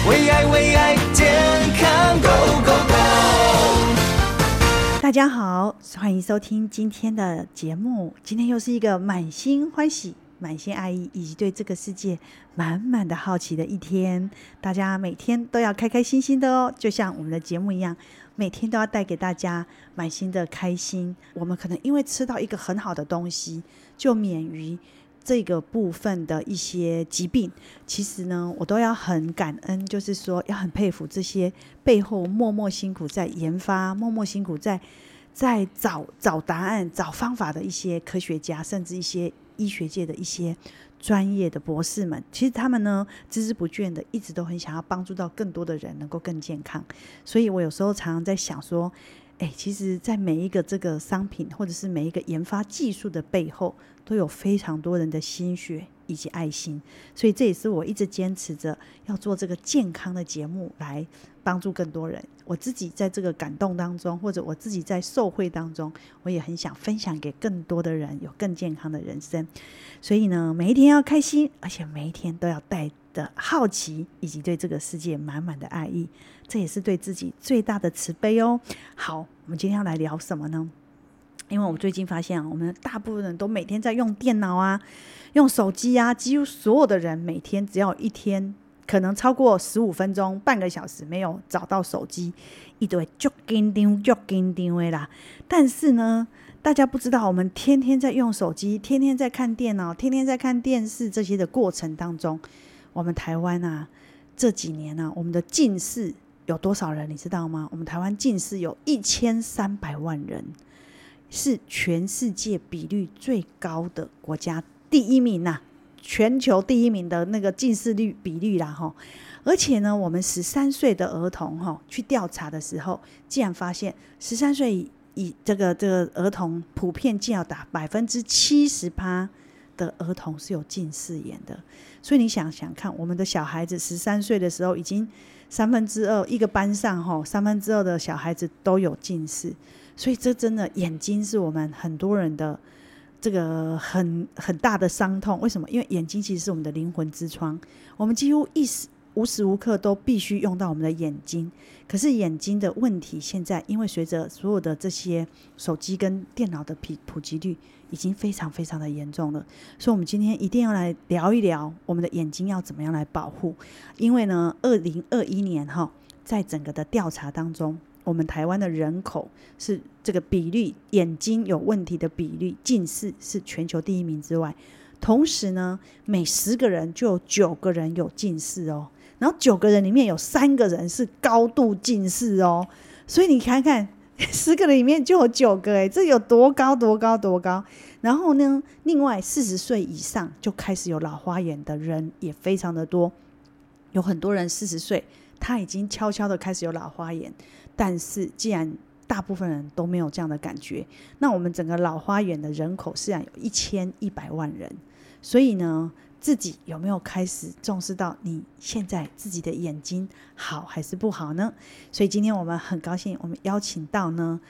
为爱为爱健康 Go Go 大家好，欢迎收听今天的节目。今天又是一个满心欢喜、满心爱意以及对这个世界满满的好奇的一天。大家每天都要开开心心的哦，就像我们的节目一样，每天都要带给大家满心的开心。我们可能因为吃到一个很好的东西，就免于。这个部分的一些疾病，其实呢，我都要很感恩，就是说要很佩服这些背后默默辛苦在研发、默默辛苦在在找找答案、找方法的一些科学家，甚至一些医学界的一些专业的博士们。其实他们呢，孜孜不倦的，一直都很想要帮助到更多的人能够更健康。所以我有时候常常在想说，哎，其实，在每一个这个商品或者是每一个研发技术的背后，都有非常多人的心血以及爱心。所以这也是我一直坚持着要做这个健康的节目，来帮助更多人。我自己在这个感动当中，或者我自己在受惠当中，我也很想分享给更多的人，有更健康的人生。所以呢，每一天要开心，而且每一天都要带着好奇以及对这个世界满满的爱意，这也是对自己最大的慈悲哦。好，我们今天要来聊什么呢？因为我最近发现啊，我们大部分人都每天在用电脑啊，用手机啊，几乎所有的人每天只要有一天，可能超过十五分钟、半个小时没有找到手机，一堆就紧张、就紧张的啦。但是呢，大家不知道，我们天天在用手机，天天在看电脑，天天在看电视这些的过程当中，我们台湾啊，这几年啊，我们的近视有多少人，你知道吗？我们台湾近视有一千三百万人。是全世界比率最高的国家第一名呐、全球第一名的那个近视率比率啦哈。而且呢，我们十三岁的儿童哈去调查的时候，竟然发现十三岁以以这个这个儿童普遍竟要达百分之七十八的儿童是有近视眼的。所以你想想看，我们的小孩子十三岁的时候，已经三分之二一个班上哈，三分之二的小孩子都有近视，所以这真的眼睛是我们很多人的这个很很大的伤痛。为什么？因为眼睛其实是我们的灵魂之窗，我们几乎一时无时无刻都必须用到我们的眼睛。可是眼睛的问题，现在因为随着所有的这些手机跟电脑的普普及率，已经非常非常的严重了。所以，我们今天一定要来聊一聊我们的眼睛要怎么样来保护。因为呢，二零二一年哈，在整个的调查当中，我们台湾的人口是这个比率，眼睛有问题的比率，近视是全球第一名之外，同时呢，每十个人就有九个人有近视哦，然后九个人里面有三个人是高度近视哦，所以你看看。 十个人里面就有九个、诶，这有多高多高多高？然后呢，另外四十岁以上就开始有老花眼的人也非常的多，有很多人四十岁，他已经悄悄的开始有老花眼，但是既然大部分人都没有这样的感觉，那我们整个老花眼的人口虽然有一千一百万人，所以呢，自己有没有开始重视到你现在自己的眼睛好还是不好呢？所以今天我们很高兴，我们邀请到呢。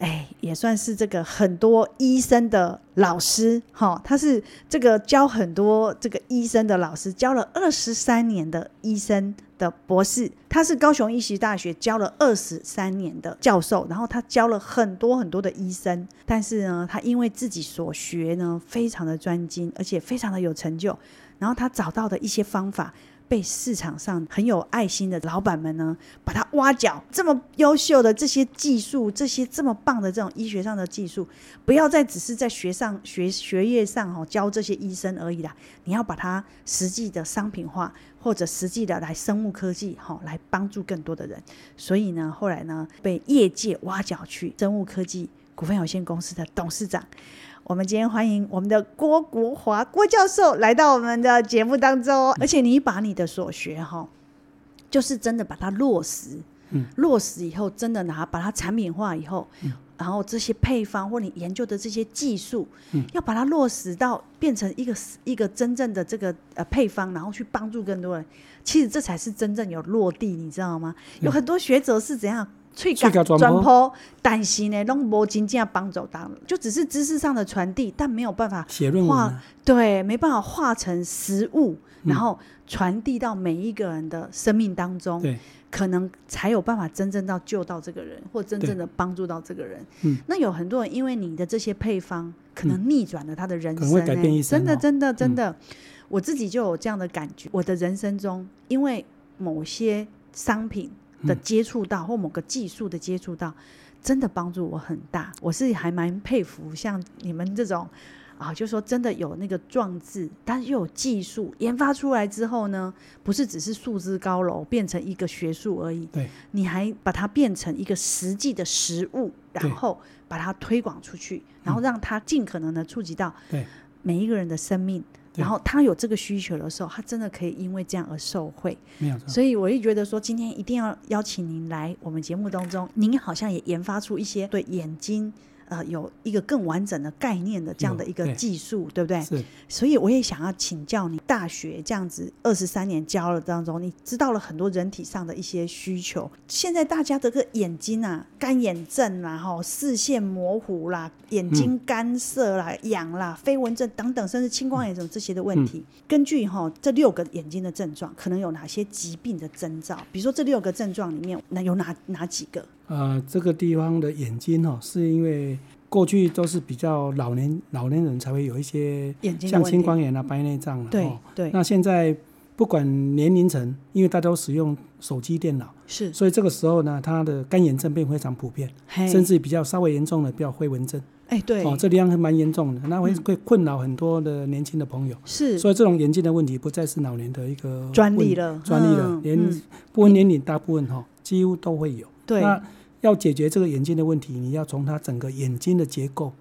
哎，也算是这个很多医生的老师哈、他是这个教很多这个医生的老师，教了二十三年的医生的博士，他是高雄医学大学教了二十三年的教授，然后他教了很多很多的医生，但是呢，他因为自己所学呢非常的专精，而且非常的有成就，然后他找到的一些方法。被市场上很有爱心的老板们呢，把他挖角。这么优秀的这些技术，这些这么棒的这种医学上的技术，不要再只是在学上学学业上哦教这些医生而已啦，你要把它实际的商品化，或者实际的来生物科技哈、哦、来帮助更多的人。所以呢，后来呢被业界挖角去生物科技股份有限公司的董事长。我们今天欢迎我们的郭国华郭教授来到我们的节目当中嗯哦，而且你把你的所学哈、就是真的把它落实，嗯落实以后真的拿把它产品化以后，然后这些配方或你研究的这些技术，嗯要把它落实到变成一个一个真正的这个呃配方，然后去帮助更多人。其实这才是真正有落地，你知道吗？有很多学者是怎样。喙嘴角嗯转转播播，但是呢，拢无真正帮助到，就只是知识上的传递，但没有办法写论文化，啊对，没办法化成实物，嗯然后传递到每一个人的生命当中，对，可能才有办法真正到救到这个人，或真正的帮助到这个人。嗯，那有很多人因为你的这些配方，可能逆转了他的人可生、能欸，会改变一生真的，哦真的，真的，我自己就有这样的感觉。我的人生中，因为某些商品的嗯接触到，或某个技术的接触到，真的帮助我很大。我是还蛮佩服像你们这种。啊，就说真的有那个壮志，但是又有技术研发出来之后呢，不是只是束之高楼变成一个学术而已，对，你还把它变成一个实际的食物，然对嗯后把它推广出去，然后让它尽可能的触及到对每一个人的生命。对然后他有这个需求的时候，他真的可以因为这样而受惠。没有错。所以我就觉得说，今天一定要邀请您来我们节目当中，您好像也研发出一些对眼睛呃有一个更完整的概念的这样的有一个对技术，对不对？是，所以我也想要请教你，大学这样子二十三年教了当中，你知道了很多人体上的一些需求。现在大家这个眼睛啊，干眼症啦、吼视线模糊啦、眼睛干涩啦、痒啦、飞蚊症等等，甚至青光眼症这些的问题，嗯根据哈、这六个眼睛的症状，可能有哪些疾病的征兆？比如说这六个症状里面，那有哪哪几个？呃，这个地方的眼睛哦，是因为过去都是比较老年老年人才会有一些眼睛的像问青题？光眼啊、白内障啊。对哦对那现在不管年龄层，因为大家都使用手机、电脑，是，所以这个时候呢，他的干眼症变非常普遍，嗯嘿甚至比较稍微严重的，比较灰蚊症。哎对，嗯哦，这地方还蛮严重的，那会会困扰很多的年轻的朋友。是所以这种眼睛的问题不再是老年的一个专利问了，专利了嗯，连嗯不分年龄，大部分哈几乎都会有。对那要解决这个眼睛的问题，你要从它整个眼睛的结构，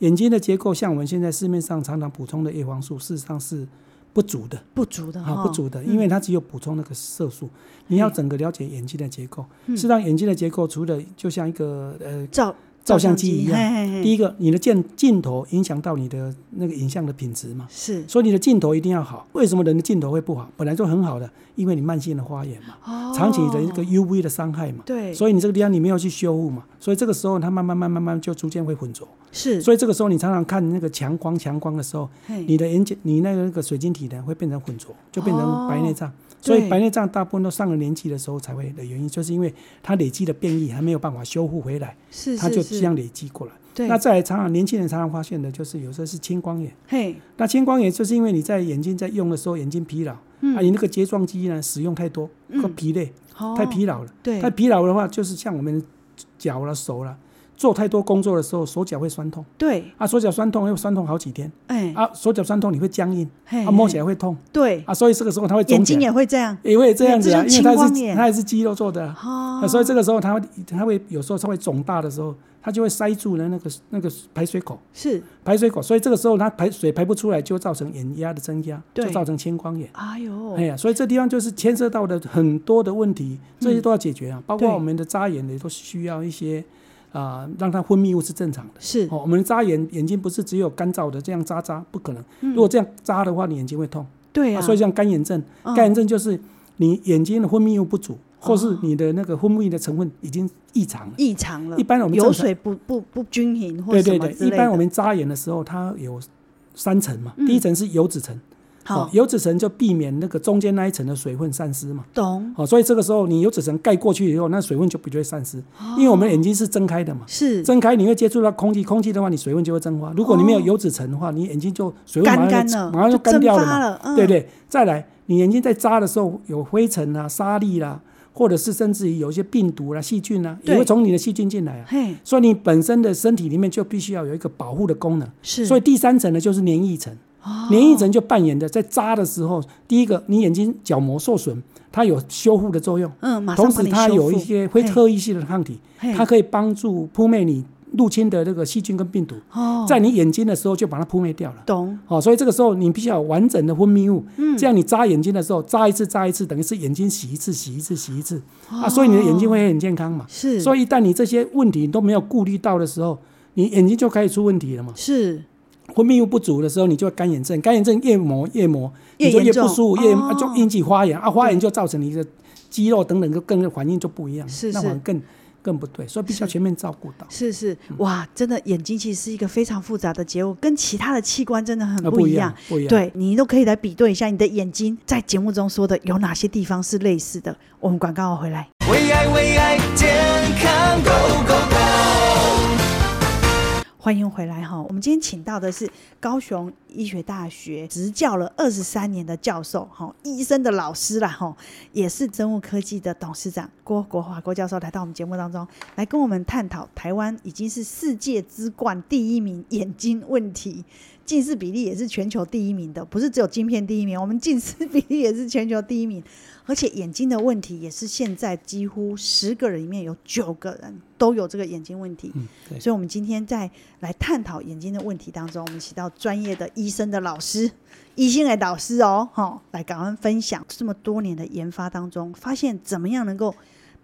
眼睛的结构像我们现在市面上常常补充的叶黄素，事实上是不足的不足的啊哈，，不足的，嗯因为它只有补充那个色素。你要嘿整个了解眼睛的结构，嗯事实上眼睛的结构除了就像一个呃照照相机一样，嘿嘿嘿第一个你的镜镜头影响到你的那个影像的品质嘛。是所以你的镜头一定要好。为什么人的镜头会不好？本来就很好的，因为你慢性的发炎嘛，长期的一个哦 UV 的伤害嘛。对，所以你这个地方你没有去修复嘛，所以这个时候它慢慢慢慢慢慢就逐渐会混浊。是所以这个时候你常常看那个强光强光的时候，嘿你的眼睑你那个那个水晶体呢会变成混浊，就变哦成白内障。所对以白内障大部分都上了年纪的时候才会的原因，就是因为它累积的变异还没有办法修复回来，是它是就是这样累积过来。对，那再来，常常年轻人常常发现的就是有时候是青光眼。嘿那青光眼就是因为你在眼睛在用的时候眼睛疲劳，嗯啊，你那个睫状肌呢使用太多，嗯和疲累，哦太疲劳了。对太疲劳的话，就是像我们脚了、手了，做太多工作的时候，手脚会酸痛对啊，手脚酸痛又酸痛好几天哎啊，手脚酸痛你会僵硬，嘿啊，摸起嘿来会痛对啊，所以这个时候它会肿眼起睛来，也会这样也会这样子啊，这就是因为它青光是眼它也是肌肉做的啊。哦啊，所以这个时候它会，它会有时候它会肿大的时候，它就会塞住了那个那个排水口，是排水口，所以这个时候它排水排不出来，就造成眼压的增加，对就造成青光眼。哎呦哎呀，所以这地方就是牵涉到的很多的问嗯题，这些都要解决啊，包括我们的眨眼也都需要一些啊、让它分泌物是正常的。是哦，我们的眨眼眼睛不是只有干燥的这样眨眨，不可能。嗯如果这样眨的话，你眼睛会痛。对啊，所以像干眼症，嗯干眼症就是你眼睛的分泌物不足，或是哦你的那个分泌的成分已经异常了。异常了，一般我们油正常水不不不均匀或对什对么对，之一类般我的，们眨眼的时候，它有三层嘛，嗯第一层是油脂层，哦好油脂层就避免那个中间那一层的水分散失嘛。懂，好、所以这个时候你油脂层盖过去以后，那水分就不就会散失，因为我们眼睛是睁开的嘛，哦是睁开你会接触到空气，空气的话你水分就会蒸发。如果你没有哦油脂层的话，你眼睛就水分干马上干就了，马上就就干蒸掉了发嘛。了，嗯对对，再来，你眼睛在眨的时候有灰尘啊、沙粒啦、或者是甚至于有一些病毒啦、啊细菌啦、对也会从你的细菌进来啊。嗯嘿所以你本身的身体里面就必须要有一个保护的功能。是，哦所以第三层呢就是黏液层，黏液层就扮演的在扎的时候，第一个你眼睛角膜受损，它有修复的作用，嗯，马上同帮时你它修有一复些会嘿特异性的抗体，嘿它可以帮助扑灭你入侵的这个细菌跟病毒，哦在你眼睛的时候就把它扑灭掉了。懂哦，所以这个时候你必须要有完整的分泌物，嗯这样你扎眼睛的时候扎一次扎一次，等于是眼睛洗一次洗一次洗一次、哦啊，所以你的眼睛会很健康嘛。是，所以以一旦你这些问题都没有顾虑到的时候，你眼睛就开始出问题了嘛。是分泌物不足的时候，你就会干眼症，干眼症越磨越磨，越你就严越不重舒服，越哦就引起发炎啊，发炎就造成你的肌肉等等的更反应就不一样，是那是反而更更不对，所以必须要是全面照顾到。是是，嗯哇，真的眼睛其实是一个非常复杂的结构，跟其他的器官真的很那不一样。，呃不一样。，对你都可以来比对一下你的眼睛，在节目中说的有哪些地方是类似的。我们广告回来。为爱为爱健康 Go Go Go，欢迎回来哈！我们今天请到的是高雄医学大学执教了二十三年的教授哈，医生的老师啦哈，也是生物科技的董事长郭国华郭教授来到我们节目当中，来跟我们探讨台湾已经是世界之冠第一名眼睛问题，近视比例也是全球第一名的，不是只有晶片第一名，我们近视比例也是全球第一名，而且眼睛的问题也是现在几乎十个人里面有九个人都有这个眼睛问题。嗯，对。所以，我们今天在来探讨眼睛的问题当中，我们请到专业的医生的老师，医生的老师哦，哈、来感恩分享这么多年的研发当中，发现怎么样能够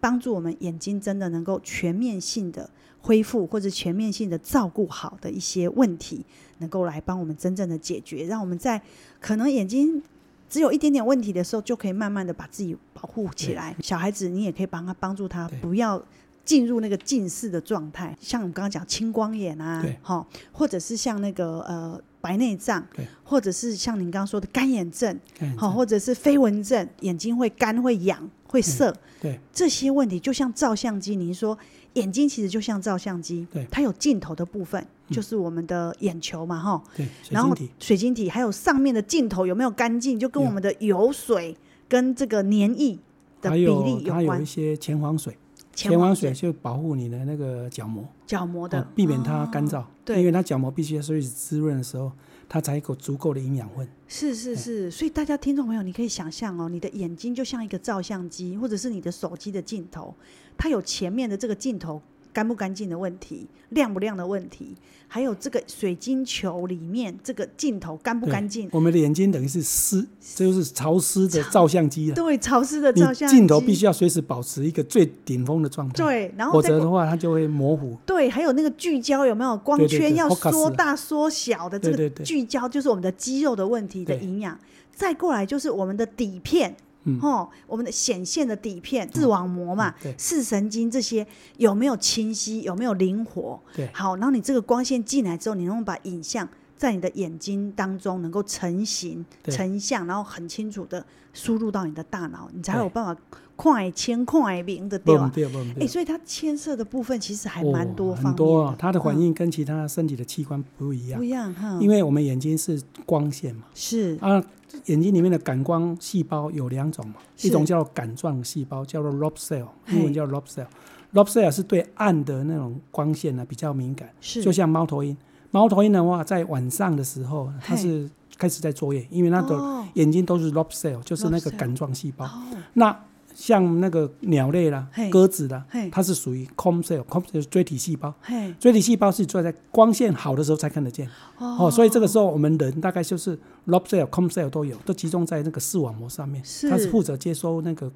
帮助我们眼睛真的能够全面性的恢复或者全面性的照顾好的一些问题，能够来帮我们真正的解决，让我们在可能眼睛。只有一点点问题的时候，就可以慢慢的把自己保护起来。小孩子，你也可以帮他帮助他对，不要进入那个近视的状态，像我们刚刚讲青光眼啊对，哈，或者是像那个呃白内障对，或者是像您刚刚说的干眼症，看好，或者是飞蚊症，眼睛会干、会痒、会涩，对这些问题就像照相机，您说眼睛其实就像照相机，对它有镜头的部分，就是我们的眼球嘛，哈，对，水然后晶体嗯水晶体还有上面的镜头有没有干净，就跟我有们的油水跟这个黏液的还比有例它有关一。些前黄水，前黄往水就保护你的那个角膜，角膜哦的，嗯避免它干燥。对因为它角膜必须要随时滋润的时候，它才有足够的营养分。是嗯是是，所以大家听众朋友，你可以想象哦，你的眼睛就像一个照相机，或者是你的手机的镜头，它有前面的这个镜头干不干净的问题，亮不亮的问题，还有这个水晶球里面这个镜头干不对干净，我们的眼睛等于是湿，这就是潮湿的照相机了。对，潮湿的你照相机镜头必须要随时保持一个最顶峰的状态，对，然后否再则过的话它就会模糊。对，还有那个聚焦有没有光对对圈对要，focus 缩大缩小的这对个对对聚焦，就是我们的肌肉的问题的对营养。再过来就是我们的底片，嗯哦，我们的显现的底片、视网膜嘛、嗯对视神经这些有没有清晰，有没有灵活？对好，然后你这个光线进来之后，你能够把影像在你的眼睛当中能够成型、对成像，然后很清楚的输入到你的大脑，你才有对办法快清快明的不 对吧？对不哎、对，所以它牵涉的部分其实还哦蛮多方面很多哦，它的反环应跟其他身体的器官不一样不，一样哈，因为为我们眼睛是光线嘛。是啊，眼睛里面的感光细胞有两种嘛，是一种叫感状细胞，叫做 lobe cell，嘿英文叫 lobe cell。lobe cell 是对暗的那种光线呢、比较敏感，是，就像猫头鹰。猫头鹰的话，在晚上的时候，它嘿是开始在作业，因为它的哦眼睛都是 lobe cell，就是那个 lobe cell 感状细胞。哦那像那个鸟类啦嘿、鸽子啦嘿，它是属于 com cell，com cell 是锥体细胞。嘿锥体细胞是坐在光线好的时候才看得见。哦哦，所以这个时候我们人大概就是 lobe cell、com cell 都有，都集中在那个视网膜上面，是它是负责接收那个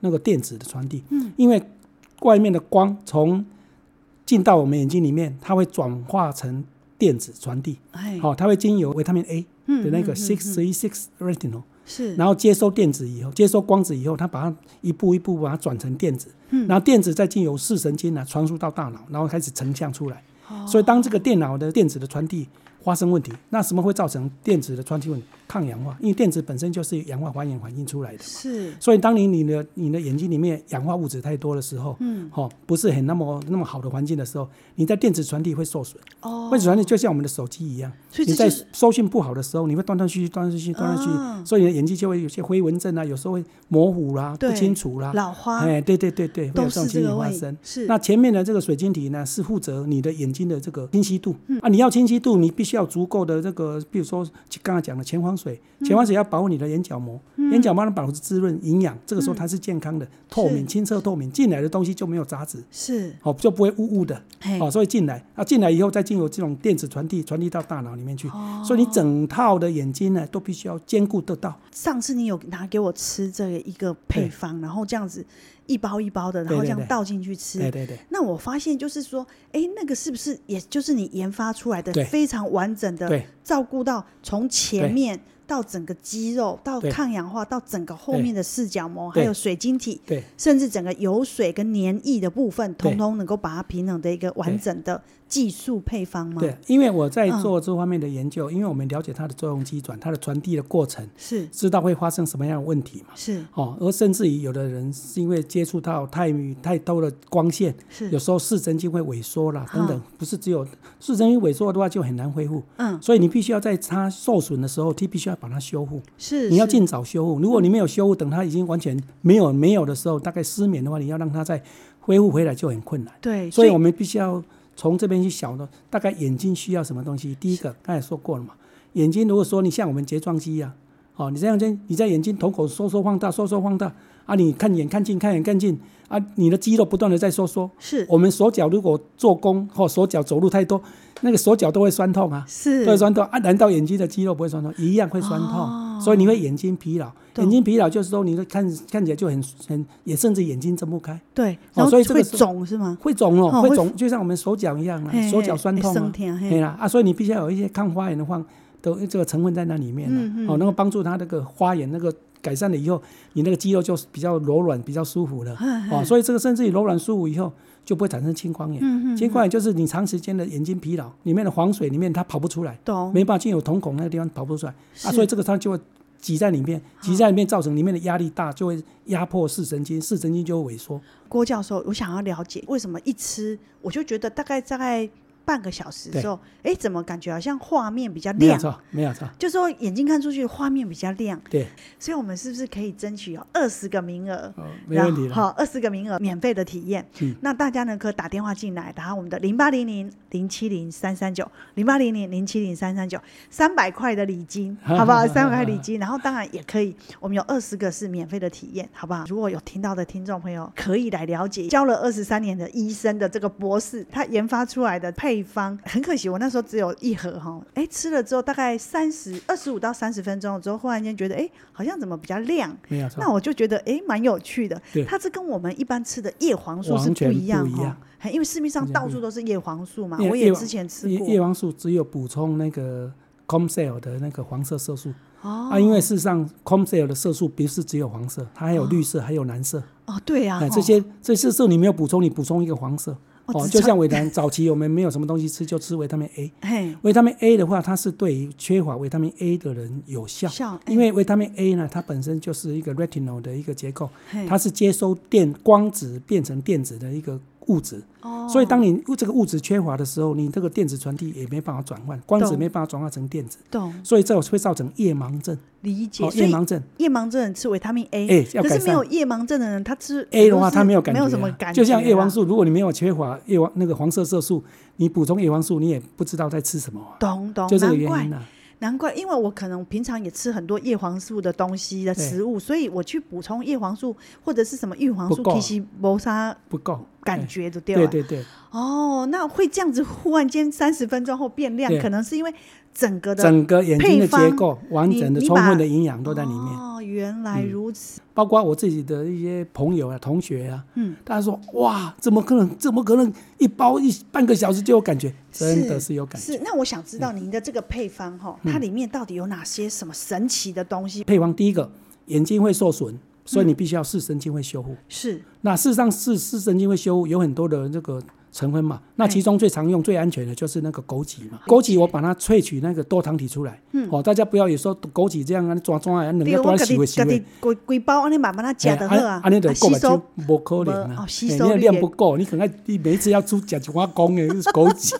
那个电子的传递。嗯，因为外面的光从进到我们眼睛里面，它会转化成电子传递。哎好、它会经由维他命 A 嗯的那个嗯嗯 six 嗯 three six retinol，是，然后接收电子以后，接收光子以后，它把它一步一步把它转成电子，嗯然后电子再经由视神经呢、传输到大脑，然后开始成像出来。哦所以当这个电脑的电子的传递发生问题，那什么会造成电子的传递问题？抗氧化，因为电子本身就是氧化还原反应出来的。是所以当你你的你的眼睛里面氧化物质太多的时候，嗯哦，不是很那么那么好的环境的时候，你在电子传递会受损。哦电子传递就像我们的手机一样，所以你这在就是收讯不好的时候，你会断断续续、断断续续、断断续续，啊所以你的眼睛就会有些灰纹症啊，有时候会模糊啦、对不清楚啦、老花哎，对对对对，会有都这种是这情个形发问生。是那前面的这个水晶体呢，是负责你的眼睛的这个清晰度、嗯啊。你要清晰度，你必须要足够的这个，比如说刚才讲的前黄水，嗯前黄水要保护你的眼角膜，眼角膜能保持滋润、营养，这个时候它是健康的、透明、清澈、透明，进来的东西就没有杂质，是哦，就不会雾雾的，嘿哦，所以进来啊，进来以后再经由这种电子传递，传递到大脑里面去。哦所以你整套的眼睛呢，都必须要兼顾得到。上次你有拿给我吃这个一个配对方，然后这样子一包一包的，然对后这对样对倒进去吃，哎对对对。那我发现就是说，哎，那个是不是也就是你研发出来的对非常完整的对，照顾到从前面到整个肌肉，到对抗氧化，到整个后对面的视角膜，还对有水晶体，对甚至整个油水跟黏液的部分，对通通能够把它平衡的一个完整的技术配方吗？对，，因为我在嗯做这方面的研究，因为我们了解它的作用机转、它的传递的过程，是知道会发生什么样的问题嘛。是哦，而甚至于有的人是因为接触到太太多的光线，有是，时候视神经会萎缩啦，等等嗯，不是只有视神经萎缩的话就很难恢复，嗯所以你必须要在它受损的时候，你必须要把它修复。是，你要是尽早修复。如果你没有修复，等它已经完全没有没有的时候，大概失眠的话，你要让它再恢复回来就很困难。对，所以我们必须要从这边去想的，大概眼睛需要什么东西。第一个刚才说过了嘛，眼睛如果说你像我们睫状肌啊，哦，你这样睛你在眼睛瞳孔收缩放大，收缩放大啊，你看远看近，看远看近啊，你的肌肉不断的在收缩。是我们手脚如果做工或手脚走路太多，那个手脚都会酸痛啊。是都会酸痛啊？难道眼睛的肌肉不会酸痛？一样会酸痛，哦所以你会眼睛疲劳。懂眼睛疲劳就是说，你的看看起来就很很，也甚至眼睛睁不开，对，然后哦所以这个会是肿是吗？会肿哦，哦会会肿，就像我们手脚一样啊，嘿手脚酸痛会啊酸，痛嘿对啦啊，所以你必须要有一些抗发炎的方的这个成分在那里面啊，嗯嗯哦，能够帮助它那个发炎那个改善了以后，你那个肌肉就比较柔软，比较舒服了。嗯哦，所以这个甚至于柔软舒服以后，就不会产生青光眼。嗯青光眼就是你长时间的眼睛疲劳，里面的黄水里面它跑不出来。懂，没办法进入瞳孔那个地方跑不出来啊，哦是哦所以这个它就会挤在里面，挤在里面造成里面的压力大，就会压迫视神经，视神经就会萎缩。郭教授，我想要了解为什么一吃我就觉得大概大概半个小时之后，哎，怎么感觉好像画面比较没有亮？错，没有错，就说眼睛看出去画面比较亮，对，所以我们是不是可以争取有二十个名额？哦，没问题然后了。好，二十个名额免费的体验。嗯那大家呢可以打电话进来，打我们的零八零零零七零三三九零八零零零七零三三九，三百块的礼 金，好不好？三百块礼金，然后当然也可以，我们有二十个是免费的体验，好不好？如果有听到的听众朋友，可以来了解，教了二十三年的医生的这个博士，他研发出来的配方，很可惜我那时候只有一盒哈，哎，吃了之后大概三十二十五到三十分钟之后，忽然间觉得哎，好像怎么比较亮，没有错那我就觉得诶蛮有趣的对。它这跟我们一般吃的叶黄素是完全一样不一哦样，嘿因为市面上完全不到一处都是叶黄素嘛，叶我也之前吃叶叶过。黄素只有补充那个 comcell 的那个黄色色素、哦啊，因为事实上 comcell 的色素不是只有黄色，它还有绿色，还有蓝色。哦，对呀、啊哎，，这些这些色素你没有补充，你补充一个黄色。哦哦，只就差像伟南早期我们没有什么东西吃，就吃维他命 A。嘿维他命 A 的话，它是对于缺乏维他命 A 的人有效，效哎因为维他命 A 呢，它本身就是一个 retinol 的一个结构，嘿，它是接收电光子变成电子的一个物质，哦，所以当你这个物质缺乏的时候，你这个电子传递也没办法转换，光子懂没办法转化成电子，懂所以这会造成夜盲症。理解，哦，所夜以盲症夜盲症的人吃维他命 A，、哎要可改是善没有夜盲症的人，他吃 A 的话，它没没有感觉啊、没有什么感觉，啊就像叶黄。素，如果你没有缺乏叶黄那个黄色色素，你补充叶黄素，你也不知道在吃什么啊、懂懂，就这个哦难原怪因啊。难怪，因为我可能平常也吃很多叶黄素的东西的对食物，所以我去补充叶黄素或者是什么玉黄素不，够其实没啥不够哎感觉啊就对对了。对对，哦，那会这样子忽然间三十分钟后变亮，对可能是因为整个的整个眼睛的结构完你整的、你充把分的营养都在里面。嗯哦，原来如此，包括我自己的一些朋友啊、同学啊，嗯，大家说哇，怎么可能？怎么可能一包一半个小时就有感觉？真的是有感觉。嗯是，那我想知道您的这个配方哈、它里面到底有哪些什么神奇的东西？配方第一个，眼睛会受损，所嗯以你必须要视神经会修复。是那事实上视视神经会修复有很多的这个成分嘛，那其中最常用、最安全的就是那个枸杞嘛。枸杞我把它萃取那个多糖体出来，嗯，哦，大家不要有时候枸杞这样啊，抓抓啊，能比量如多我给洗你会洗给会你。规规包，安尼慢慢它哎加的喝啊啊，安尼就啊够吸目睭收无可能没啊！哦吸哎收你的率量也不够，你可能你每一次要煮吃一碗公的枸 杞，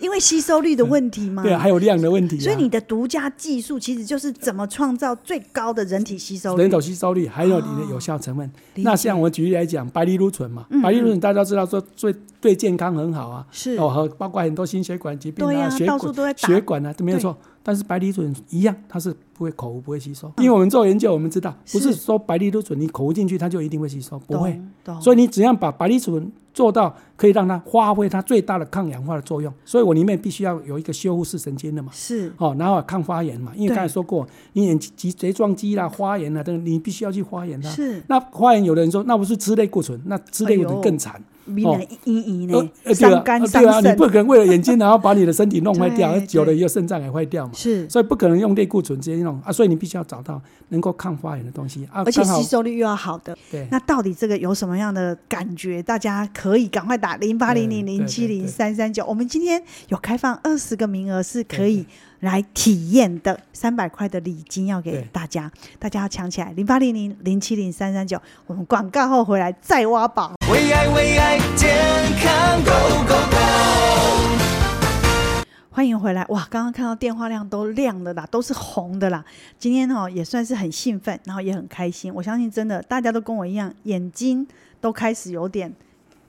因为吸收率的问题嘛。对啊，还有量的问题啊。所以你的独家技术其实就是怎么创造最高的人体吸收率人。口吸收率，还有你的有效成分。理那解嗯像我举例来讲，白藜芦醇嘛，白藜芦醇大家都知道说最对健康很好啊，是哦，和包括很多心血管疾病对啊、啊血到处都管在打血管啊，都没有错。但是白藜芦醇一样，它是不会口服不会吸收，因为我们做研究，我们知道不是是说白藜芦醇你口服进去它就一定会吸收，不会。懂懂所以你只要把白藜芦醇做到可以让它发挥它最大的抗氧化的作用，所以我里面必须要有一个修复视神经的嘛，是哦，然后抗发炎嘛，因为对刚才说过，你眼脊睫状肌啦、发炎啦等等，你必须要去发炎啦。是那发炎有的人说，那不是吃类固醇，那吃类固哎醇呦更惨，比人硬硬呢，呃对伤啊，肝呃伤对啊，你肾，不可能为了眼睛，然后把你的身体弄坏掉， 对而久了以后肾脏也坏掉嘛，是，所以不可能用类固醇直接弄啊，所以你必须要找到能够抗发炎的东西啊，而且刚好吸收率又要好的。对那到底这个有什么样的感觉？大家可以赶快打零八零零零七零三三九。我们今天有开放二十个名额，是可以来体验的，三百块的礼金要给大家，大家要抢起来零八零零零七零三三九。我们广告后回来再挖宝。为爱为爱健康 Go Go Go，欢迎回来！哇，刚刚看到电话量都亮了啦，都是红的啦。今天哦也算是很兴奋，然后也很开心。我相信真的大家都跟我一样，眼睛都开始有点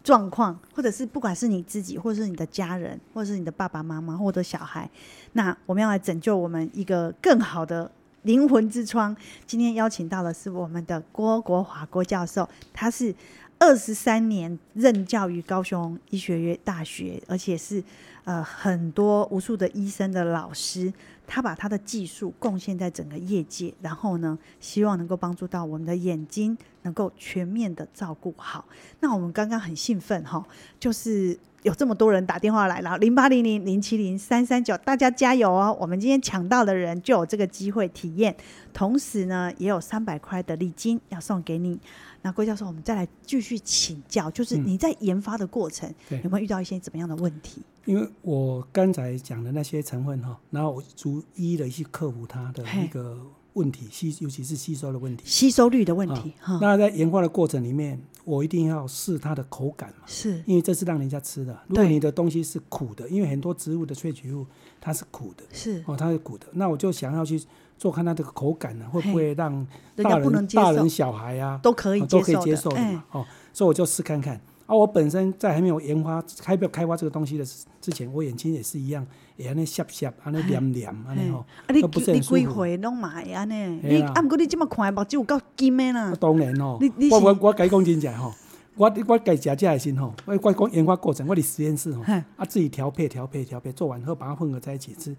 状况，或者是不管是你自己，或者是你的家人，或者是你的爸爸妈妈或者小孩，那我们要来拯救我们一个更好的灵魂之窗。今天邀请到的是我们的郭国华郭教授，他是二十三年任教于高雄医学院大学，而且是呃很多无数的医生的老师，他把他的技术贡献在整个业界，然后呢，希望能够帮助到我们的眼睛能够全面的照顾好。那我们刚刚很兴奋哈，就是。有这么多人打电话来了，零八零零零七零三三九，大家加油哦！我们今天抢到的人就有这个机会体验，同时呢，也有三百块的礼金要送给你。那郭教授，我们再来继续请教，就是嗯你在研发的过程、对有没有遇到一些怎么样的问题？因为我刚才讲的那些成分哈，然后我逐一的去克服它的嘿一个问题，吸尤其是吸收的问题。吸收率的问题哈、啊那在研发的过程里面，我一定要试它的口感嘛，是因为这是让人家吃的。如果对你的东西是苦的，因为很多植物的萃取物它是苦的，是，哦，它是苦的，那我就想要去做看它这个口感呢、会不会让人大家不人能接大人受，小孩啊都可以啊接都受可以的，接受的哎嘛，哦，所以我就试看看。啊，我本身在还没有研发、开不开发这个东西的时之前，我眼睛也是一样，也安尼涩涩，安尼黏黏，安尼嘿吼。哎啊，你都不是你很舒服几回拢嘛会安尼？嘿你啦啊，毋过你即么看的目睭有够金的啦 啊，当然吼你你，是我我我该讲真正吼，我我该食这的时候，我我讲研发过程，我伫实验室吼，嘿啊自己调配调配调配，做完后把它混合在一起吃。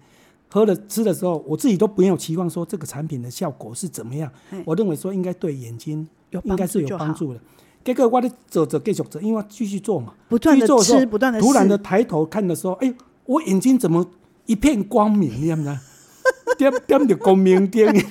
喝了吃的时候，我自己都没有期望说这个产品的效果是怎么样嘿，我认为说应该对眼睛有应该是就有好帮，助的。结果我的走着继续走，因为我继续做嘛，不断的继续做时候吃，不断的突然的抬头看的时候，哎、我眼睛怎么一片光明？你知 不知道？点点着光明灯，一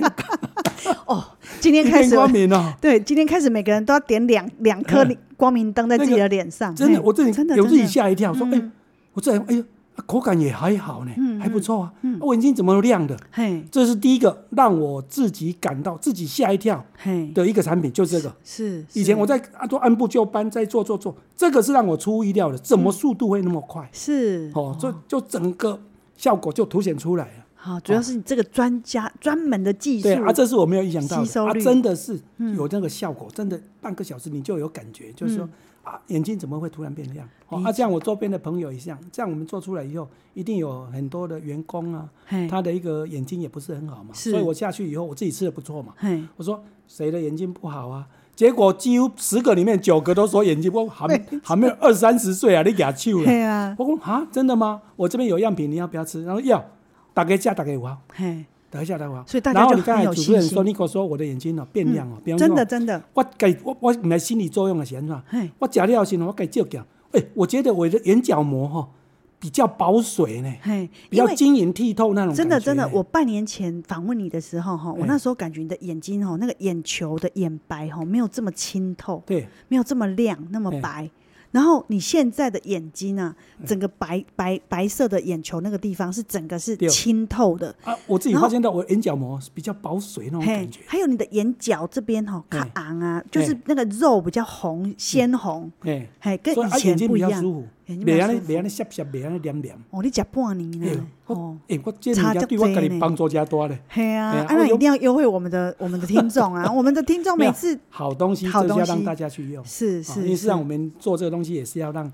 哦，今天开片始光明哦。 对，今天开始每个人都要点两两颗嗯光明灯在自己的脸上，真的，嘿我自己哎真的有自己真的吓一跳，说：“哎、嗯我这哎呦，啊口感也还好呢，嗯还不错啊，啊我眼睛怎么亮的？”嘿这是第一个让我自己感到自己吓一跳嘿，的一个产品，就是这个。是以前是我在啊都按部就班在做做做，这个是让我出乎意料的，怎嗯么速度会那么快？是哦，这就整个效果就凸显出来了。好，主要是你这个专家专门的技术，对啊，这是我没有意想到的，吸收啊，率真的是有那个效果，真的半个小时你就有感觉，就是嗯说啊，眼睛怎么会突然变亮？哦，啊，这样我周边的朋友也这样，这样我们做出来以后，一定有很多的员工啊，嘿他的一个眼睛也不是很好嘛，哎是所以我下去以后，我自己吃的不错嘛，嘿我说谁的眼睛不好啊？结果几乎十个里面九个都说眼睛不好，还还 没有二三十岁啊，你牙臭了。嘿啊我说啊，真的吗？我这边有样品，你要不要吃？然后要，打给价，打给我啊。嘿，等一下，等一下。所以大家然后就你刚很才有主持人信心说，你跟我说我的眼睛哦变亮哦，变亮真哦的，真的，我给我我唔系心理作用的是安怎？嘿我食了先，我给照镜，哎、我觉得我的眼角膜哈、比较保水呢，嘿，比因较为晶莹剔透那种真的感觉真的，呢我半年前访问你的时候哈，我哎那时候感觉你的眼睛哈，那个眼球的眼白哈，没有这么清透，对没有这么亮，那么哎白。然后你现在的眼睛啊，整个白白白色的眼球那个地方是整个是对清透的，啊，我自己然后发现到我眼角膜比较保水那种嘿感觉，，还有你的眼角这边哈，卡哎昂啊，就是那个肉比较红鲜红，哎、嘿，嗯跟所以以啊眼前睛不比一较样舒。服，眼睛比袂较安尼舒服袂啊安尼涩涩，袂安尼黏黏。哦，你吃半年哎呢，我哦，哎、我这差人家就对我多家己呢帮助加多嘞。嘿哎啊呀，我啊那一有定要优惠我们的我们的听 众啊，我们的听众没每有次好东西好就是要东让西大家去用。是啊因为是事实上我们做这个东西也是要让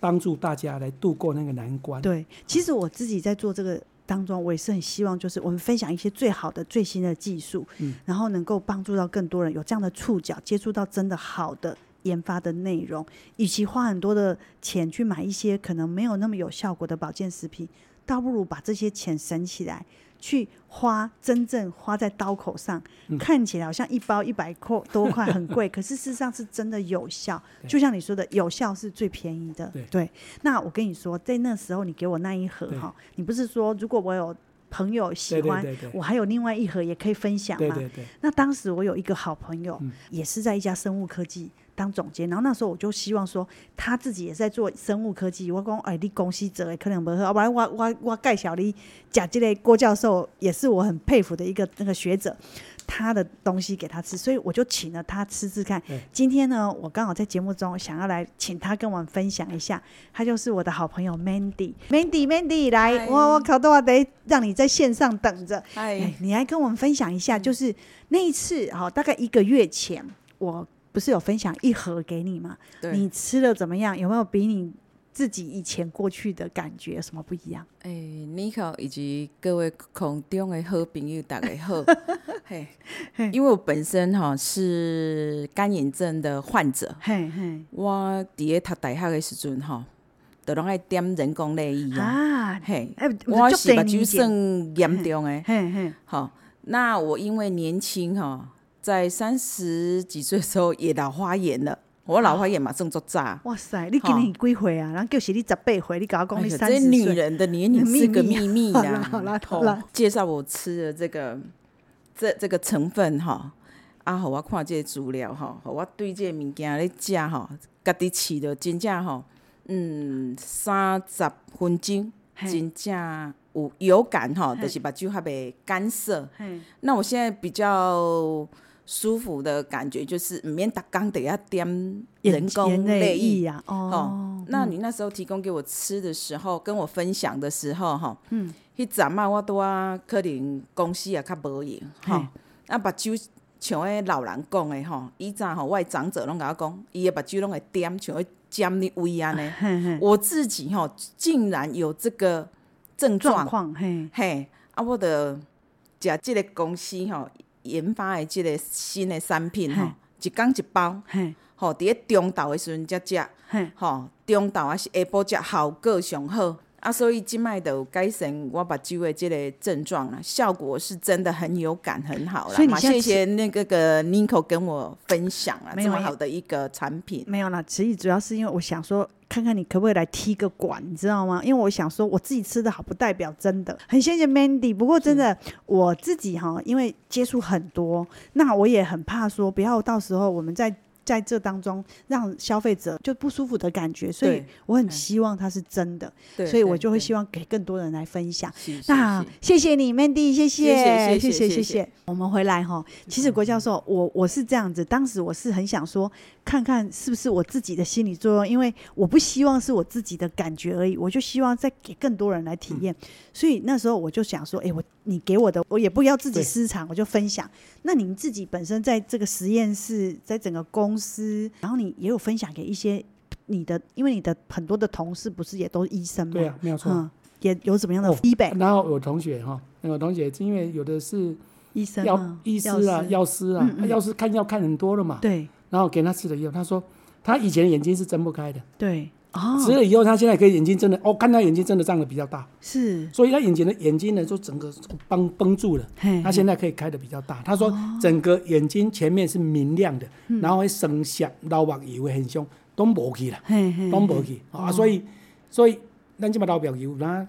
帮助大家来度过那个难关。对，其实我自己在做这个当中，我也是很希望，就是我们分享一些最好的、最新的技术，嗯然后能够帮助到更多人有这样的触角，接触到真的好的研发的内容。与其花很多的钱去买一些可能没有那么有效果的保健食品，倒不如把这些钱省起来。去花，真正花在刀口上，嗯看起来好像一包一百块多块很 贵，可是事实上是真的有效。对就像你说的，有效是最便宜的对。对，那我跟你说，在那时候你给我那一盒对哈，你不是说如果我有朋友喜对对欢对，对我还有另外一盒也可以分享对嘛？对对，那当时我有一个好朋友，嗯也是在一家生物科技当总监，然后那时候我就希望说，他自己也在做生物科技，我讲，哎，你公司做的可能不好，要不然我我我介绍你，贾这类郭教授也是我很佩服的一个那个学者，他的东西给他吃，所以我就请了他吃吃看对。今天呢，我刚好在节目中想要来请他跟我们分享一下，他就是我的好朋友 Mandy，Mandy，Mandy 来，嗨我我考多少得让你在线上等着。哎哎，，嗯你来跟我们分享一下，就是那一次哈、大概一个月前，我不是有分享一盒给你吗？对，你吃了怎么样？有没有比你自己以前过去的感觉有什么不一样？哎，你好，以及各位空中的好朋友，大家好。嘿，因为我本身哈、是干眼症的患者，嘿嘿我伫咧读大学的时阵吼、都拢爱点人工泪液啊。啊，嘿，哎，不我足是目多年前睭算严重诶。嘿嘿吼、那我因为年轻吼、在三十几岁的时候也老花眼了，我老花眼嘛正作炸。哇塞，你今年几岁啊？然后就是你十八岁，你搞哎讲你呦三这十女岁，人的年龄是个秘密秘密啊呀。 好啦好啦吼好啦介绍我吃的这个这这个成分哈，啊，好我看这个资料哈，好我对这个物件咧食吼，家己饲的真正吼，嗯，三十分钟嘿真正有有感吼，嘿就是目睭还袂干涩。嘿那我现在比较舒服的感觉就是，唔免逐工得要点人工泪液呀，哦哦，，那你那时候提供给我吃的时候，跟我分享的时候，哈，嗯，迄阵啊，我拄啊可能公司也较无闲，嘿哈，啊，目睭像迄老人讲的吼，以前吼我的长者拢甲我讲，伊的目睭拢会点，像迄尖咧位安尼。嘿嘿我自己吼，竟然有这个症状状，况嘿嘿，啊，我的食即个公司吼研发的即个新的产品吼嘿，一工一包，嘿吼，伫咧中昼的时阵才食。嘿，吼、中昼还是下晡食效果上好。啊，所以即摆就有改善我目睭的即个症状啦，效果是真的很有感，很好啦。所以你嘛现在谢谢那个个 Nico 跟我分享啊，没这有么也好的一个产品。没有啦，其实主要是因为我想说，看看你可不可以来踢个馆，你知道吗？因为我想说，我自己吃的好不代表真的。很谢谢 Mandy，不过真的我自己哈，因为接触很多，那我也很怕说，不要到时候我们在。在这当中，让消费者就不舒服的感觉，所以对我很嗯希望它是真的，对所以我就会希望。望给更多人来分享。是是那是谢谢你，Mandy，谢谢谢谢谢谢谢谢谢谢。我们回来哈，其实郭教授，我我是这样子，当时我是很想说，看看是不是我自己的心理作用，因为我不希望是我自己的感觉而已，我就希望再给更多人来体验。所以那时候我就想说，哎、我你给我的，我也不要自己对私藏，我就分享。那你自己本身在这个实验室，在整个公司，然后你也有分享给一些你的，因为你的很多的同事不是也都医生吗？对啊，没有错。嗯，也有怎么样的哦 feedback？、然后有同学哈，有同学因为有的是医生药啊，医师啊、药药师啊嗯嗯，药师看药看很多了嘛，对然后给他吃了以后，他说他以前眼睛是睁不开的，对哦，吃了以后他现在可以眼睛睁的，哦，看他眼睛睁的胀的比较大，是所以他眼睛的眼睛呢就整个绷绷住了。嘿，他现在可以开的比较大，他说哦整个眼睛前面是明亮的，嗯然后会生涩、老目油会很凶，都无去了，嘿嘿都无去哦啊，所以所以咱这么老表油，那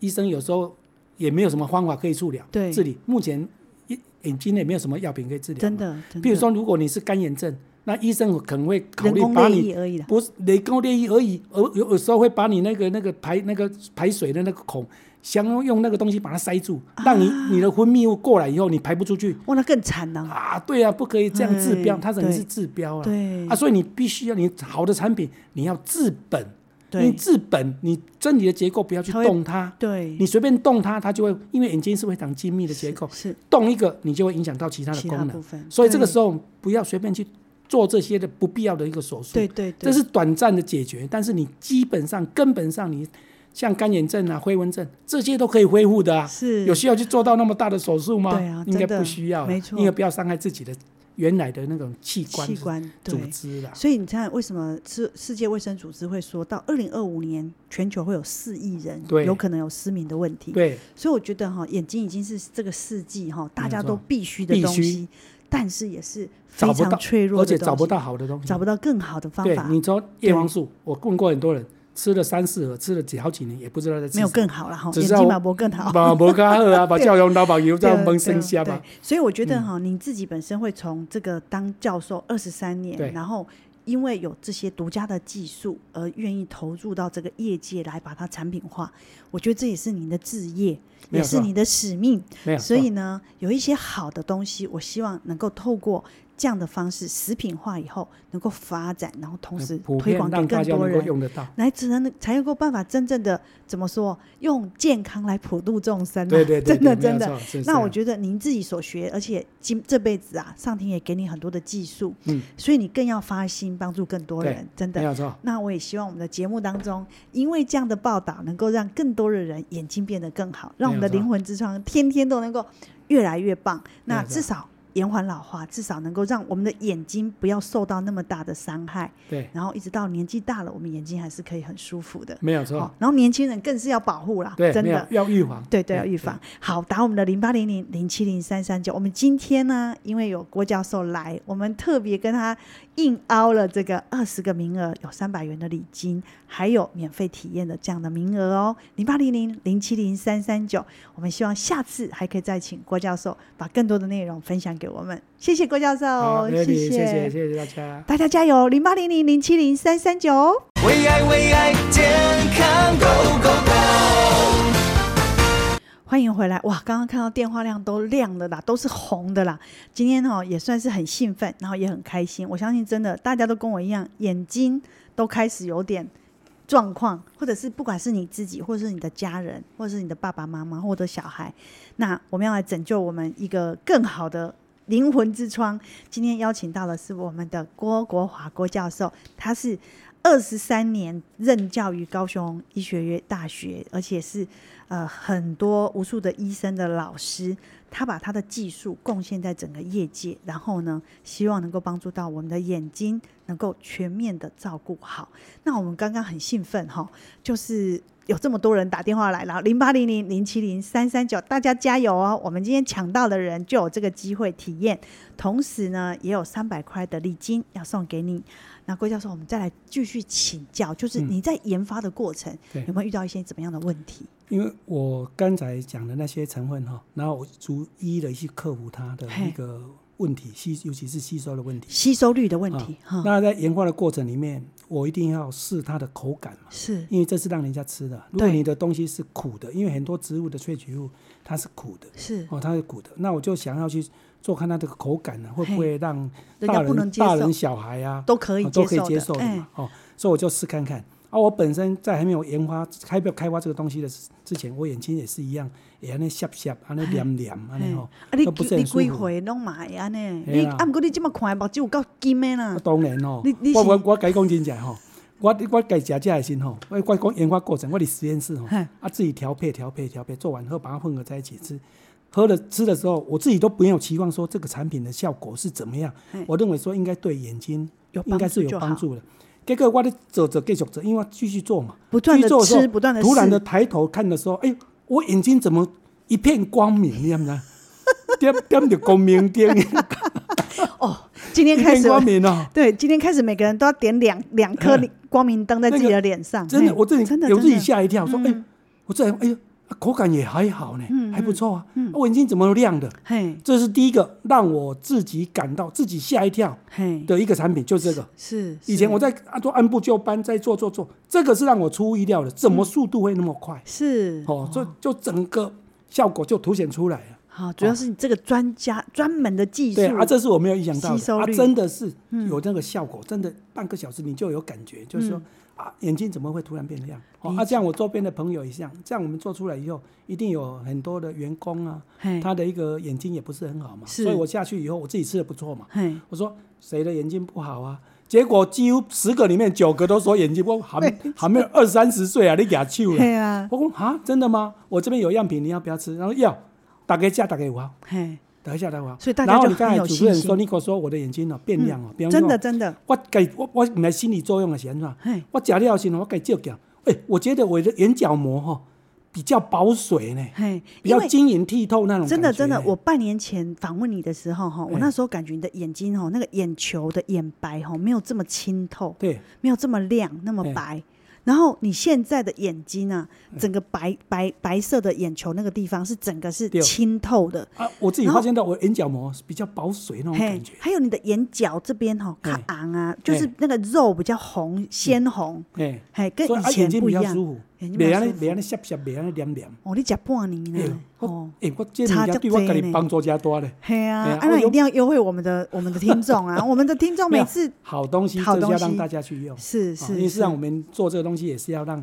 医生有时候也没有什么方法可以治疗对治理，目前眼眼睛也没有什么药品可以治疗，真。的，真比如的说，如果你是干眼症，那医生可能会考人虑工把泪你液而已啦，不是雷公裂液而已，而有有时候会把你那个呃那个排那个排水的那个孔，想要用那个东西把它塞住，啊让你你的分泌物过来以后你排不出去哇，那更惨呐、啊！对啊，不可以这样治标，哎它等于是对治标啊。对啊，所以你必须要你好的产品，你要治本。你对治本，你真理的结构不要去它会动它，对，你随便动它，它就会因为眼睛是非常精密的结构，是动一个你就会影响到其他的其他功部能。分，所以这个对时候不要随便去做这些的不必要的一个手术。对对这对，是短暂的解决，但是你基本上根本上你像干眼症啊、灰纹症这些都可以恢复的啊，是有需要去做到那么大的手术吗？对啊应该真的不需要啊，没错应该不要伤害自己的原来的那种器官器官组对。织啊啦。所以你看，为什么世世界卫生组织会说到二零二五年全球会有四亿人对有可能有失明的问题？对，所以我觉得哈，眼睛已经是这个世纪哈大家没都错必须的必东须西，但是也是非找不常到脆弱而的且东找不西到好的东西。找不到更好的方对法，，你说叶黄素，我问过很多人，吃了三四盒，吃了几好几年，也不知道在吃没有什么更好了哈，只眼知道睛毛不更好。 把 摩卡赫啊，把教养老板油这样蒙生虾对吧。嗯对所以我觉得哈，你自己本身会从这个当教授二十三对年，然后因为有这些独家的技术而愿意投入到这个业界来把它产品化，我觉得这也是你的置业，没也有是错你的使命。没有错，所以呢，有一些好的东西，我希望能够透过这样的方式食品化以后，能够发展，然后同时哎普推遍广给让大更家多能够人。用得到。来只能才能够办法真正的怎么说，用健康来普度众生、啊。对对 对， 真的对真，没的。有错是这那我样觉得您自己所学，而且今这辈子啊，上天也给你很多的技术，嗯，所以你更要发心帮助更多对人，真没的。有错，那我也希望我们的节目当中，因为这样的报道，能够让更多的人眼睛变得更好，让我们的没有错灵魂之窗天天都能够越来越棒。没有那错至少延缓老化，至少能够让我们的眼睛不要受到那么大的伤害。对，然后一直到年纪大了，我们眼睛还是可以很舒服的。没有好错，，然后年轻人更是要保护啦，对，真没有的。要预防，对对，要预防。好，打我们的零八零零零七零三三九。我们今天呢，因为有郭教授来，我们特别跟他硬凹了这个二十个名额，有三百元的礼金，还有免费体验的这样的名额哦，零八零零零七零三三九。我们希望下次还可以再请郭教授把更多的内容分享给我们。谢谢郭教好，授，没问题谢谢哦谢，谢谢大家。大家加油，零八零零零七零三三九。为爱为爱健康 Go Go Go！欢迎回来！哇，刚刚看到电话量都亮的啦，都是红的啦。今天哦也算是很兴奋，然后也很开心。我相信真的大家都跟我一样，眼睛都开始有点状况，或者是不管是你自己，或者是你的家人，或者是你的爸爸妈妈或者小孩，那我们要来拯救我们一个更好的。灵魂之窗，今天邀请到的是我们的郭国华郭教授，他是二十三年任教于高雄医学院大学，而且是呃很多无数的医生的老师，他把他的技术贡献在整个业界，然后呢，希望能够帮助到我们的眼睛能够全面的照顾好。那我们刚刚很兴奋哈，就是。有这么多人打电话来了，零八零零零七零三三九，大家加油哦！我们今天抢到的人就有这个机会体验，同时呢，也有三百块的礼金要送给你。那郭教授，我们再来继续请教，就是嗯你在研发的过程、对有没有遇到一些怎么样的问题？因为我刚才讲的那些成分哈，然后我逐一的去克服它的嘿一个问题，吸尤其是吸收的问题。吸收率的问题哈、啊那在研发的过程里面，我一定要试它的口感嘛，是因为这是让人家吃的。如果对你的东西是苦的，因为很多植物的萃取物它是苦的，是，哦，它是苦的，那我就想要去做看它的口感啊呢、会嘿不会让人家大不能人、接大人、受，小孩啊都可以哦都可以的接受的哎嘛，哦，所以我就试看看。啊，我本身在还没有研发、开不开发这个东西的之之前，我眼睛也是一样，也安尼涩涩，安尼嘿黏黏，安嘿尼吼。啊，你都不是你很舒服几回拢嘛会安尼？嘿你啦啊，毋过你即么看的目睭有够金的啦 啊，当然吼你你，我是我我甲你讲真正吼，我我家食这的时候吼，我我讲研发过程，我伫实验室吼嘿，啊自己调配调配调配，做完后把它混合在一起吃。喝了吃的时候，我自己都没有期望说这个产品的效果是怎么样嘿，我认为说应该对眼睛有帮应该是助就有帮好助的。结果我咧做做继续做，因为我继续做嘛，不断继的续做时候吃，不断的突然的抬头看的时候，哎、我眼睛怎么一片光明？你知不知道？点点着光明灯， 一哦，今天开片始光明哦。对，今天开始每个人都要点两两颗嗯光明灯在自己的脸上，真的，哦嘿我自己真的有自己真的吓一跳，说：“哎、嗯我这哎呦，啊口感也还好呢，嗯还不错啊，嗯嗯啊我眼睛怎么亮的？”嘿这是第一个让我自己感到自己吓一跳嘿，的一个产品，就这个。是以前我在在啊做按部就班，在做做做，这个是让我出乎意料的，嗯怎么速度会那么快？是哦，就就整个效果就凸显出来了。好，主要是你这个专家专门的技术哦对啊，这是我没有意想到吸收的，啊，率嗯真的是有那个效果，真的半个小时你就有感觉，就是说啊，眼睛怎么会突然变亮？哦，理啊，这样我周边的朋友也像，这样我们做出来以后，一定有很多的员工啊，嘿他的一个眼睛也不是很好嘛，哎是所以我下去以后，我自己吃的不错嘛，嘿我说谁的眼睛不好啊？结果几乎十个里面九个都说眼睛不好，还还没有二三十岁啊，你牙臭了。 嘿啊我讲啊，真的吗？我这边有样品，你要不要吃？然后要，打给价，打给我啊。嘿等一下，等一下。所以大然家后就你刚很才有主持人信说，心，嗯你跟我说我的眼睛哦变亮哦，变真的真的，我改我我唔系心理作用的是安怎？嘿，我食了先，我改照镜。哎、我觉得我的眼角膜哈、比较保水呢，嘿，比因较为晶莹剔透那种真的感觉真的，呢我半年前访问你的时候哈，我哎那时候感觉你的眼睛哈，那个眼球的眼白哈，没有这么清透，对没有这么亮那么哎白。然后你现在的眼睛啊，嗯整个白白白色的眼球那个地方是整个是对清透的，啊，我自己然后发现到我眼角膜是比较保水那种嘿感觉，，还有你的眼角这边哈、嘿卡昂啊，就是那个肉比较红鲜红，哎、嘿，跟所以以啊眼前睛不比一较样舒。服，眼睛比袂较安舒尼袂安服。尼涩涩，袂安尼黏黏。哦，你吃半年哎、呢？我哦，哎、我这差物足件对我多家己呢帮助加大嘞。嘿哎啊呀，啊，那我一有定要优惠我们的我们的听众 啊，我们的听众没每有次好东西好就是东要西让大家去用，是啊因为是事实上我们做这个东西也是要让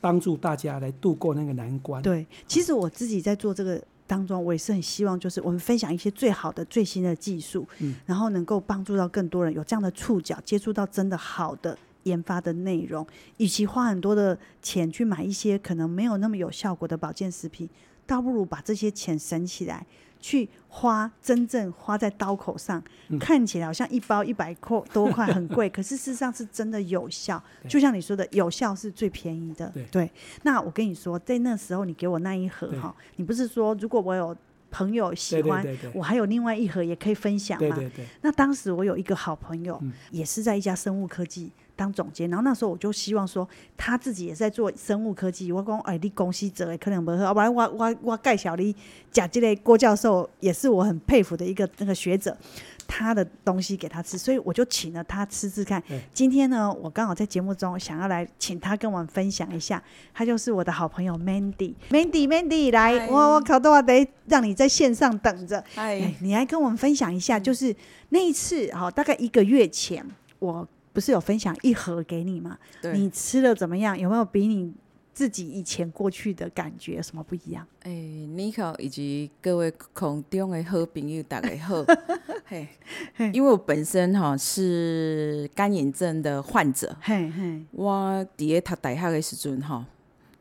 帮助大家来度过那个难关。对，其实我自己在做这个当中，我也是很希望，就是我们分享一些最好的、最新的技术，嗯然后能够帮助到更多人有这样的触角，接触到真的好的研发的内容。与其花很多的钱去买一些可能没有那么有效果的保健食品，倒不如把这些钱省起来。去花真正花在刀口上，嗯看起来好像一包一百块多块 很贵，可是事实上是真的有效。对就像你说的，有效是最便宜的。对那我跟你说，在那时候你给我那一盒对哈，你不是说如果我有朋友喜对对欢，对对我还有另外一盒也可以分享对嘛？对对，那当时我有一个好朋友，嗯也是在一家生物科技当总监，然后那时候我就希望说他自己也在做生物科技，我讲哎，你公司做的可能不好，要不然我我我介绍你讲这类郭教授也是我很佩服的一个那个学者，他的东西给他吃，所以我就请了他吃吃看对。今天呢，我刚好在节目中想要来请他跟我们分享一下，他就是我的好朋友 Mandy，Mandy Mandy 来，嗨我我考到我得让你在线上等着。哎哎，，嗯你来跟我们分享一下，就是那一次，好、大概一个月前，我不是有分享一盒给你吗？对，你吃了怎么样？有没有比你自己以前过去的感觉有什么不一样？哎，你好，以及各位空中的好朋友，大家 好。嘿嘿，因为我本身哈是干眼症的患者，嘿嘿，我伫咧读大学的时阵吼，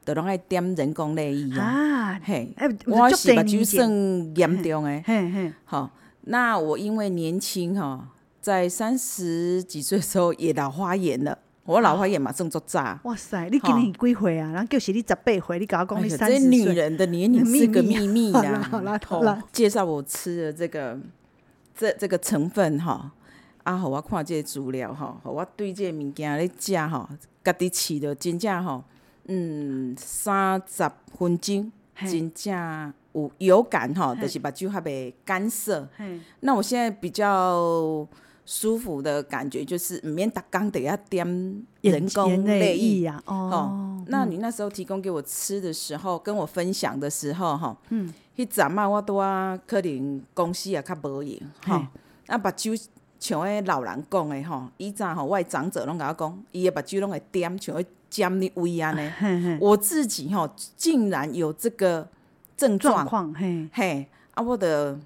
就拢爱点人工泪液啊。啊，嘿，哎，不我足是目多年睭前算严重诶。嘿嘿，好，那我因为年轻哈，在三十几岁的时候也老花眼了，我老花眼嘛算作炸。哇塞，你今年几岁啊？然后就是你十八岁，你搞哎讲你呀三这十女岁，人的年龄是个秘密好啦 啦。好啦好哦啦介绍我吃的这个这这个成分哈，啊，好我看这个资料哈，好我对这个物件咧食吼，家己饲的真正吼，嗯，三十分钟嘿真正有有感吼，嘿就是目睭较袂干涩。嘿，那我现在比较舒服的感觉就是，唔免逐工得要点人工眼泪泪液。呀，哦哦，那你那时候提供给我吃的时候，跟我分享的时候，哈，嗯，迄阵啊，我拄啊可能公司也较无闲，嘿哈，啊，目睭像迄老人讲的吼，以前吼，我的长者拢甲我讲，伊的目睭拢会点，像迄尖咧位安尼。 嘿嘿，我自己吼，竟然有这个症状状，况嘿，嘿，啊，我的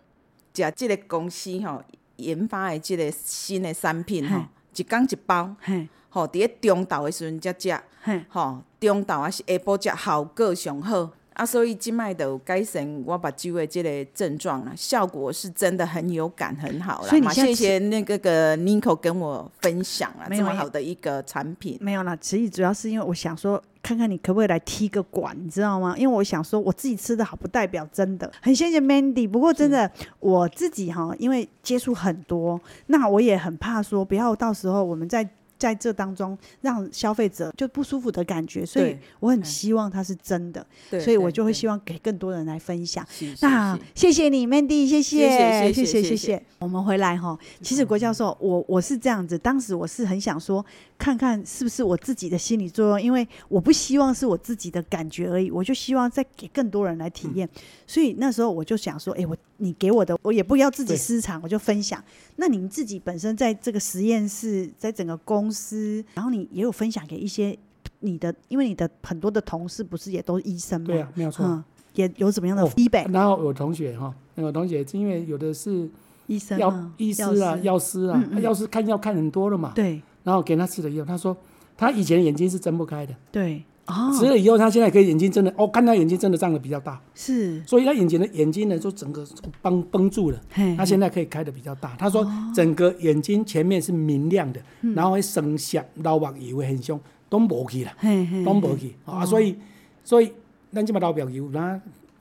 食即个公司吼研发的即个新的产品吼嘿，一工一包，嘿吼，伫咧中昼的时阵才食。嘿，吼、中昼还是下晡食效果上好。啊，所以即摆就有改善我目睭的即个症状啦，效果是真的很有感，很好啦。所以你嘛现在谢谢那个个 Nico 跟我分享啦，没这有么因好的一个产品。没有啦，其实主要是因为我想说，看看你可不可以来踢个馆，你知道吗？因为我想说，我自己吃的好不代表真的。很谢谢 Mandy，不过真的我自己哈，因为接触很多，那我也很怕说，不要到时候我们在。在这当中，让消费者就不舒服的感觉，所以对我很嗯希望它是真的，对，所以我就会希望。望给更多人来分享。是是那是谢谢你，Mandy，谢谢谢谢谢谢谢谢谢谢谢。我们回来哈，其实郭教授，我我是这样子，当时我是很想说，看看是不是我自己的心理作用，因为我不希望是我自己的感觉而已，我就希望再给更多人来体验。所以那时候我就想说，哎，我你给我的，我也不要自己对私藏，我就分享。那您自己本身在这个实验室，在整个公司，然后你也有分享给一些你的，因为你的很多的同事不是也都医生吗？对啊，没有错。嗯，也有怎么样的哦 feedback？、然后有同学哈，那个同学因为有的是医生药吗医师啊、药师啊嗯，嗯药师看药看很多了嘛，对然后给他吃了药，他说他以前眼睛是睁不开的，对哦，植了以后，他现在可以眼睛真的哦，看他眼睛真的胀得比较大，是，所以他眼睛的眼睛呢就整个绷绷住了。嘿，他现在可以开的比较大，他说哦整个眼睛前面是明亮的，嗯然后会生涩、老目油会很凶，都无去了，嘿嘿，都无去哦啊。所以，所以咱这么老表油，那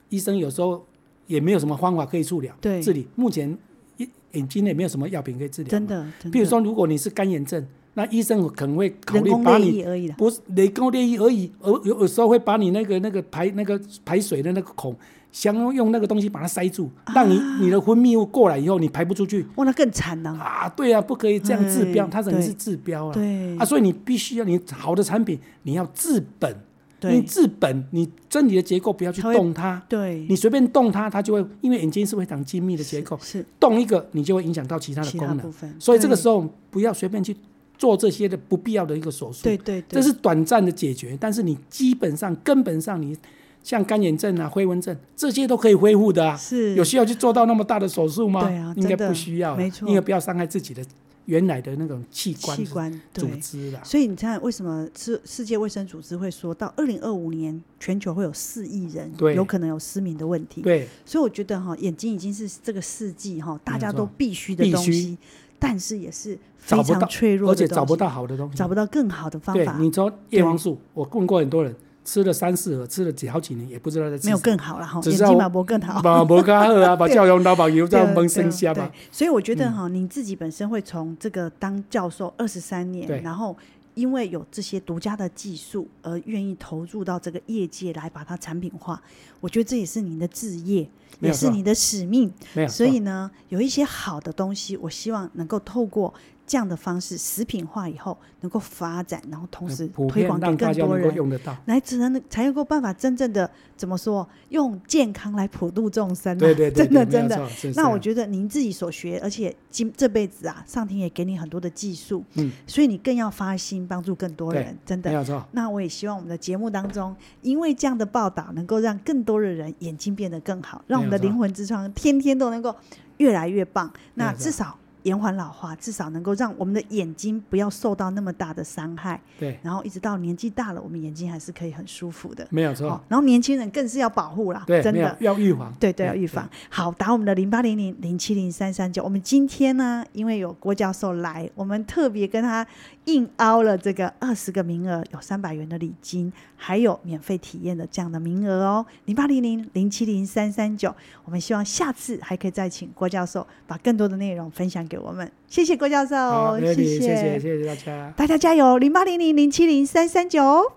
医生有时候也没有什么方法可以治疗对治理。目前眼眼睛也没有什么药品可以治疗，真。的，真的比如说，如果你是干眼症，那医生可能会考人虑工把泪你液而已啦，不是雷公裂液而已，而有有时候会把你那个呃那个排那个排水的那个孔，想要用那个东西把它塞住，啊让你你的分泌物过来以后你排不出去哇，那更惨了，啊！对啊，不可以这样治标，哎它等于是对治标啊。对啊，所以你必须要你好的产品，你要治本。你对治本，你真理的结构不要去它会动它，对，你随便动它，它就会因为眼睛是非常精密的结构，是动一个你就会影响到其他的其功他能。部分，所以这个对时候不要随便去做这些的不必要的一个手术。对对这对，是短暂的解决，但是你基本上根本上你像干眼症啊、灰纹症这些都可以恢复的啊，是有需要去做到那么大的手术吗？对啊应该真的不需要啊，没错因为不要伤害自己的原来的那种器官、器官组对。织啊啦。所以你看，为什么世世界卫生组织会说到二零二五年全球会有四亿人对有可能有失明的问题？对，所以我觉得哈，眼睛已经是这个世纪哈大家没错都必须的必东须西，但是也是非找不常到脆弱而的且东西，找不到好的东西。找不到更好的方对法，你说叶黄素，我问过很多人，吃了三四盒，吃了几好几年，也不知道在吃没有什么更好了哈，只眼是要睛嘛不更 好。把摩卡喝啊，把教养老板油这样对蒙生下对吧。嗯对所以我觉得哈，你自己本身会从这个当教授二十三对年，然后因为有这些独家的技术，而愿意投入到这个业界来把它产品化。我觉得这也是你的置业，没也有是错你的使命。 没有错，所以呢，有一些好的东西，我希望能够透过这样的方式食品化以后，能够发展，然后同时哎普推遍广给让大更家多能够人。用得到。来只能才能够办法真正的怎么说，用健康来普度众生、啊。对对 对，真的对真，没的。有错是啊这那样我觉得您自己所学，而且今这辈子啊，上天也给你很多的技术，嗯，所以你更要发心帮助更多对人，真没的。有错。那我也希望我们的节目当中，因为这样的报道，能够让更多的人眼睛变得更好，让我们的没有错灵魂之窗天天都能够越来越棒。没有那错至少延缓老化，至少能够让我们的眼睛不要受到那么大的伤害。对，然后一直到年纪大了，我们眼睛还是可以很舒服的。没有错。哦，然后年轻人更是要保护啦，对，真没有的。要预防，对对，要预防。好，打我们的零八零零零七零三三九。我们今天呢，因为有郭教授来，我们特别跟他硬凹了这个二十个名额，有三百元的礼金，还有免费体验的这样的名额哦，零八零零零七零三三九。我们希望下次还可以再请郭教授把更多的内容分享给我们。谢谢郭教好授， ，Lily，谢谢哦谢谢谢大家。大家加油，零八零零零七零三三九。哦